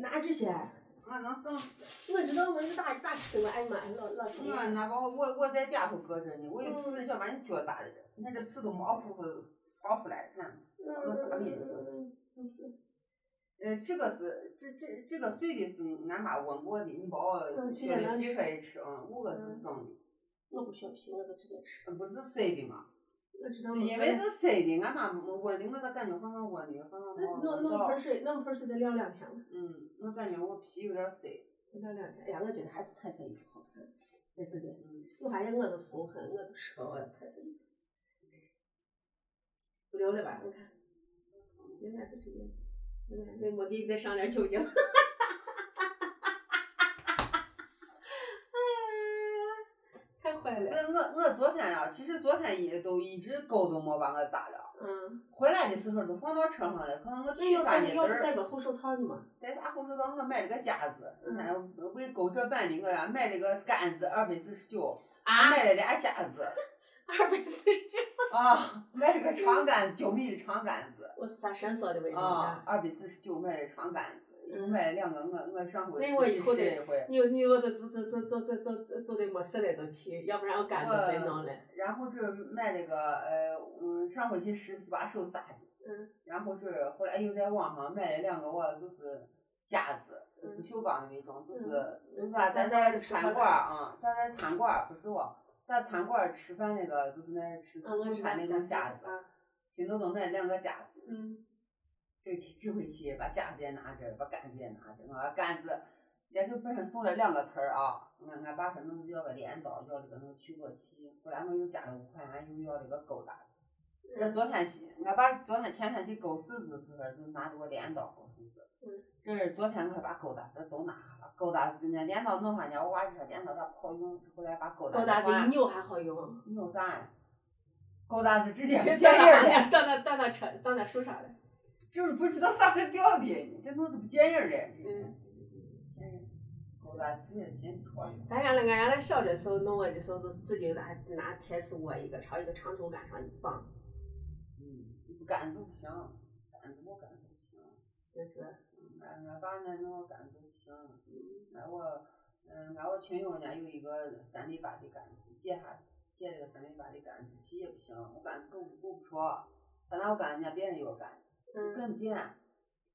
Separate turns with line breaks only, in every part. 拿这些，
我能整死。
我知道我是啊咋咋吃的，哎呀妈，老老疼
我
了。
那把我我我在家头搁着呢，我
嗯
一吃小把你脚咋的？那个刺都冒出冒出来，看。我咋也
嗯，就是，
呃，这个是这这这个碎的是俺妈温过的，你把我
嗯这
削
个
的
能
皮
吃
可以吃，嗯，我个是
嗯
生的，
我不削皮，我就直接吃。
嗯不是碎的嘛，
我知道
是
我
因为是碎的，俺妈温的，我就感觉好像温的，好像
弄
没
弄
没
弄
到
盆水，弄盆水再晾两天吧，
嗯，我感觉我皮有点碎，
再晾两天。哎呀，我觉得还是彩色衣服好看，彩色的。
嗯，
我发现我都怂很，我都适合我彩色衣服。不聊了吧？你看，原来是这样。你看，那我给你再上点酒精。太坏
所
了。
以我我昨天呀、其实昨天也都一直狗都没把我咋了，
嗯，
回来的时候都放到车上了，可能我
那
去
要
啥
戴
呢
要
都
是戴
是
个护手套的嘛？
在啥后头当我买了个夹子，
嗯
俺为狗这办的我呀买了个杆子二百四十九，
啊，
买了俩 夹子。
二百四十九。
啊，买了个长杆子，九米的长杆子
我是啥伸缩的为什
啊
么，？
二百四十九买的长杆子，又
嗯
买了两个，我我上回
那我以
去
后
试
得
一回，
你你我都走走走走走走走的没事了就去，要不然我干都
嗯
别弄了。
然后是买了个呃嗯，上回去试是把手扎的，
嗯，
然后是后来又在网上买了两个我就是夹子，不
嗯
锈钢的那种，就是
嗯
就是咱咱
咱在
在
吃
餐
饭
馆儿啊，咱在餐馆儿不是我，在餐馆儿吃饭那个就是那吃
啊我
自助
知
餐
道
那
夹
种
子
夹子
啊，
拼多多买了两个夹子，
嗯，
这期这回去把夹子也拿着，把杆子也拿着，我把杆子也是本身送了两个盆儿啊，俺俺爸说弄要个镰刀，要了个那取果器，后来我又加了五块，俺又要了个钩子。
嗯
这昨天去，俺爸昨天前天去勾柿子时候，就拿着我镰刀勾柿子。
嗯。
这是昨天我把钩子这都拿下了，钩子是那镰刀弄上去，我娃说镰刀它不好用，后来把钩子
高达子一
换。
扭还好用，啊
扭啥呀？钩子子 直接不
直
见
接
底儿了。
到那到那车到那树上了。
就是不知道咋才掉的，这弄得不见人儿嘞。
嗯，
见人。狗蛋自己心戳的。
咱原来俺原来小的时候弄我的时候，就是自己拿拿铁丝窝一个朝一个长竹竿上一绑，
嗯，杆子不行，杆子我杆子不行。
就是
嗯俺俺爸那弄个杆子不行。俺我，嗯，俺我群友人家有一个三米八的杆子，借下借了个三米八的杆子，骑也不行，我杆子够不够不着，他拿我杆子，人家别人有杆子，我
嗯，
跟不见。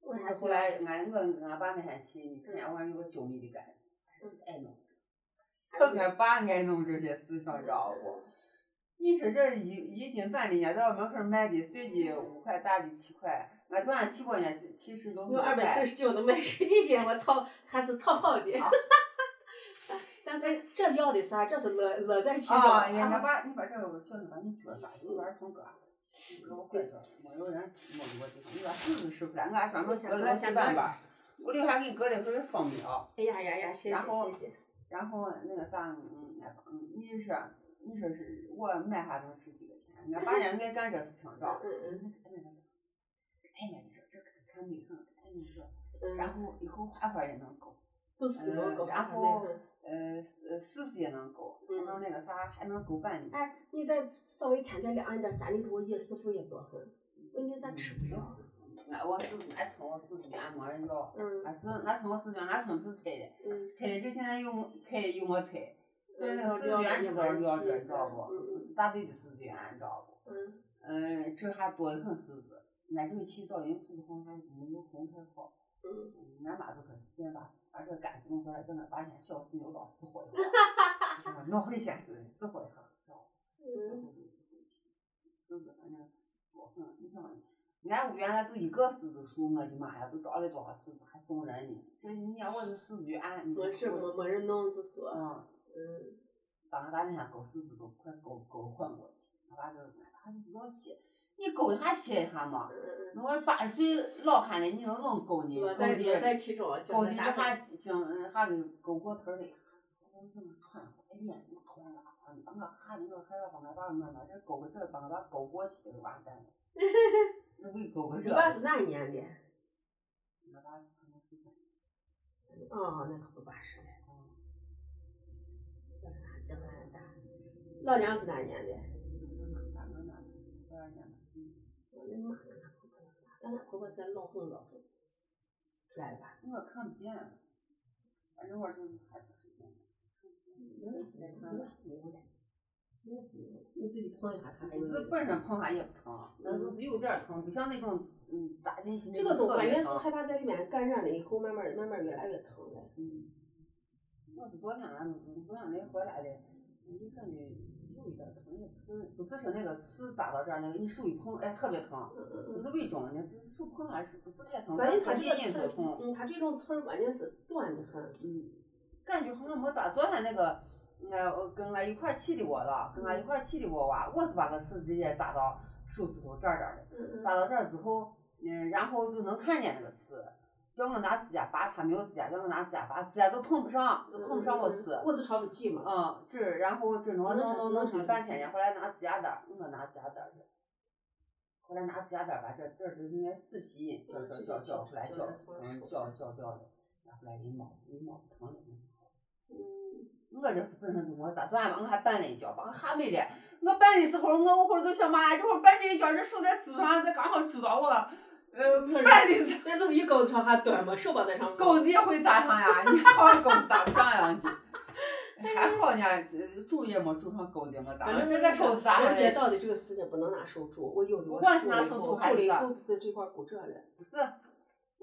我还
他
是
后来俺我俺爸那天去，你看俺我还有个九米的杆子，爱弄。
还是
俺爸爱弄这些思想着啊我。你说这一一斤半的，人家在我门口卖的碎的五块，大的七块。俺昨天去过人家七十多
用二百四
十。
十九能买十几斤，我操，还是草草
啊
的。 但是这要的啥？这是乐乐在其中。
啊，呀，俺爸，你把这个小心把你脚咋又玩从搁去？你给我拐着，没有人没有我地方，你把柿子吃不来，俺还专门搁了四半瓣，我留下给你搁了会儿放苗。
哎呀呀呀！谢谢
然后
谢谢。
然后那个啥，嗯，俺爸，嗯，你说，你说是我买啥能值几个钱？俺爸也爱干这事情
嗯
着。
嗯
哎呀，你说这可看女生，哎你说，
嗯。
然后以后花花也能勾，
就是那个
嗯然
花
后
那个。
呃，四四十也能勾，还能那个啥，还能勾半的。
哎，你再稍微天再凉一点，三里头野师傅也多很，问题咱吃不了。
俺嗯我四十，俺村我四十俺没人啊要，
嗯
俺是俺村我四十俺村是拆的，
嗯，
拆的这现在又没拆又没拆，所以那个四十元就跟人要这，你知道不？是大队的四十元，你知道不？
嗯，
嗯，这还多得很柿子，俺这个起早人柿子红还没有红太好。
嗯，
俺妈都可是见把把这杆子弄过来，叫俺爸先小试牛刀试火一下，就是 弄回先是试火一下，知道吧？
嗯，
柿子反正多很，你想，俺屋原来就一个柿子树，我的妈呀，都长了多少柿子还送人呢？这你要我这柿子园，你
没事，没没人弄就是说，
嗯。
嗯，
把俺爸那下狗柿子都快狗狗换过去，俺爸就俺爸就不要歇，你狗一下歇一下嘛。
嗯
我八十岁老汉了，你能弄够
嗯，
呢？
乐
够
在乐在
的，
其中，就
够的
是
这
打
还
扮。
精，还给够过头的。我怎么穿？哎呀，你穿啥？俺俺哈的，我还要把俺爸弄到这勾个这，把俺爸勾过去的完蛋了。那为勾个
你
这，
爸是哪一年的？
俺爸是可能是三
哦，那可不巴适了，这还这还大。老娘是哪一年的？
俺俺俺十二年了，
我的妈呀，俺婆婆，俺婆婆咱老红老红。
出来了吧？
我看不见，反正我就是还长时间。
没有几个人，没有几个人，没有几个人，你自己碰一下看看
不
有没
是
有。
本身碰啥也不疼，但就是有点儿疼，不像那种嗯扎进去那
这个
种
东
特
关
别
键是
疼。
害怕在里面感染了以后，慢慢慢慢越来越疼了。
嗯，我是啊昨天俺们昨天没回来的，我就感觉有一点儿疼，也不是不是说那个刺扎到这儿那个，你手一碰哎特别疼，
嗯嗯
不
嗯。
是胃肿的，就是手碰还是不是太疼，
关键它
但
这
是
个
隐隐
刺
作
儿，
痛，
嗯，它这种刺儿关键是短的很。
嗯，感觉好像没咋。昨天那个，俺我跟俺一块儿去的我了，跟俺
嗯
一块儿去的我娃，我是把个刺直接扎到手指头这儿这儿的。
嗯
扎到这儿之后，嗯，然后就能看见那个刺。叫我拿指甲拔，它没有指甲；叫我拿指甲拔，指甲都碰不上，
嗯
碰不上我刺。
我是超市挤嘛。
嗯，这然后这弄
只能
弄弄
只
弄
能
成
是
半
自
天
己
然后来拿指甲刀儿，我拿指甲刀儿去。后来拿指甲刀儿把这这儿就应该死皮
嗯
绞
这
绞
就
绞
绞
出来
绞
绞，
得出来
嗯
手
绞绞掉了，然后来一挠一挠不疼了。
嗯。
我这是本身就没咋算吧，我还绊了一跤，把我吓没了。我绊的时候，我一会儿就想妈，这会儿绊这一跤，这手在桌上，这刚好揪到我，呃，
刺儿
绊的时候
那就是一钩子上还短嘛，手把在上。
钩子也会扎上呀，你好好钩子扎不上呀， 你还好呢，呃拄也没拄上，钩子也没扎
哎反
上，
正
这个钩子扎上
人家
嘞，
到底这个事情不能拿手拄，我有的
不
我
管是
拄
拿
了以
手
后
拄还
拄了以
是
后不是这块儿骨折了。
不是。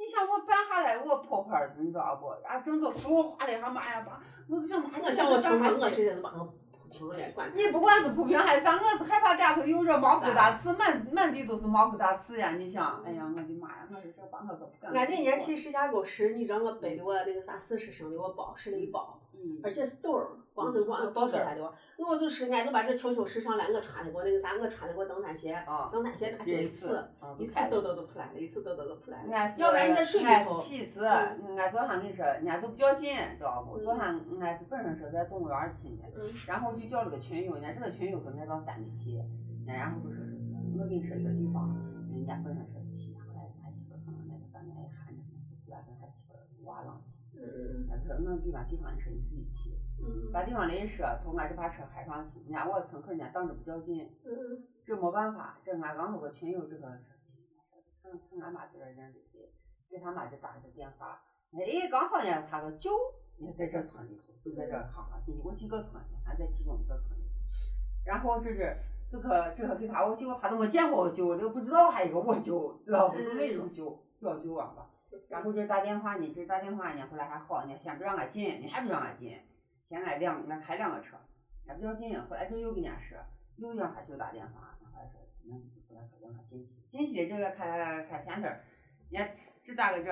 你想我绊下来，我破块儿子，你知道不？啊，整个手划的还妈呀妈！我就想妈，
我像我
手
手
麻
上，我直接就把我扑平了，管
你不管是铺平还是啥，我是害怕家头有这毛疙瘩刺，满满地都是毛疙瘩刺呀！你想，哎呀，我的妈呀，我这小把我都不敢。
俺哎那年去，石家沟时，你让我背的我那个啥四十升的我包，是那一包，
嗯，
而且是兜儿，光是光
嗯
包出来的我。我就是俺就把这秋秋时上来，我穿的过那个啥，我穿的过登山鞋，
啊，
登山鞋它就
这
一
次
次，，一次兜兜都出来了，一次兜兜都出来了。
俺是
要不然你在睡里头
嗯俺是气死！俺昨天跟你说，俺都不较劲，知道不？
嗯
昨天俺是本身是在动物园儿去的，
嗯
然后就叫了个群友，俺这个群友跟俺到山里去，俺然后就说是我跟你说一个地方，人家本身说去，后来俺媳妇儿可能那个反正也喊着，我跟俺媳妇儿娃浪去，
嗯
俺说那地方地方你说你自己去，
嗯
把地方人一说，从俺这把车开上去，人家我乘客人家当着不较劲。
嗯
这没办法，这俺刚有个群友这个，看看俺妈这个人这谁，给他妈就打了个电话，哎，刚好呢，他个舅也在这村里头，就在这行上进去，我几个村呢，俺在其中一个村里头，然后这是这个这个给他我舅，他都没见过我舅，这个不知道还有个我舅，知道不？就那种舅表舅啊吧。然后这打电话呢，这打电话呢，后来还好呢，先不让俺进，你还不让俺进，先俺两俺开两个车，俺不要进，后来这又跟人家说，又让他舅打电话，然后来说，那你就不来说让他进去，进去的这个开开开前头，人家只打个这，